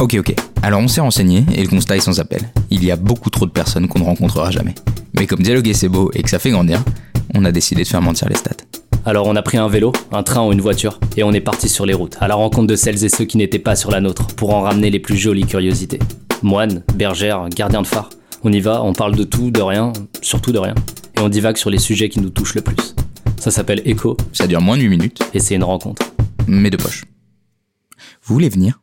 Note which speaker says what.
Speaker 1: Ok, ok. Alors on s'est renseigné et le constat est sans appel. Il y a beaucoup trop de personnes qu'on ne rencontrera jamais. Mais comme dialoguer c'est beau et que ça fait grandir, on a décidé de faire mentir les stats.
Speaker 2: Alors on a pris un vélo, un train ou une voiture, et on est parti sur les routes, à la rencontre de celles et ceux qui n'étaient pas sur la nôtre, pour en ramener les plus jolies curiosités. Moines, bergères, gardiens de phare. On y va, on parle de tout, de rien, surtout de rien. Et on divague sur les sujets qui nous touchent le plus. Ça s'appelle Écho,
Speaker 1: Ça dure moins de 8 minutes,
Speaker 2: et c'est une rencontre.
Speaker 1: mais de poche. Vous voulez venir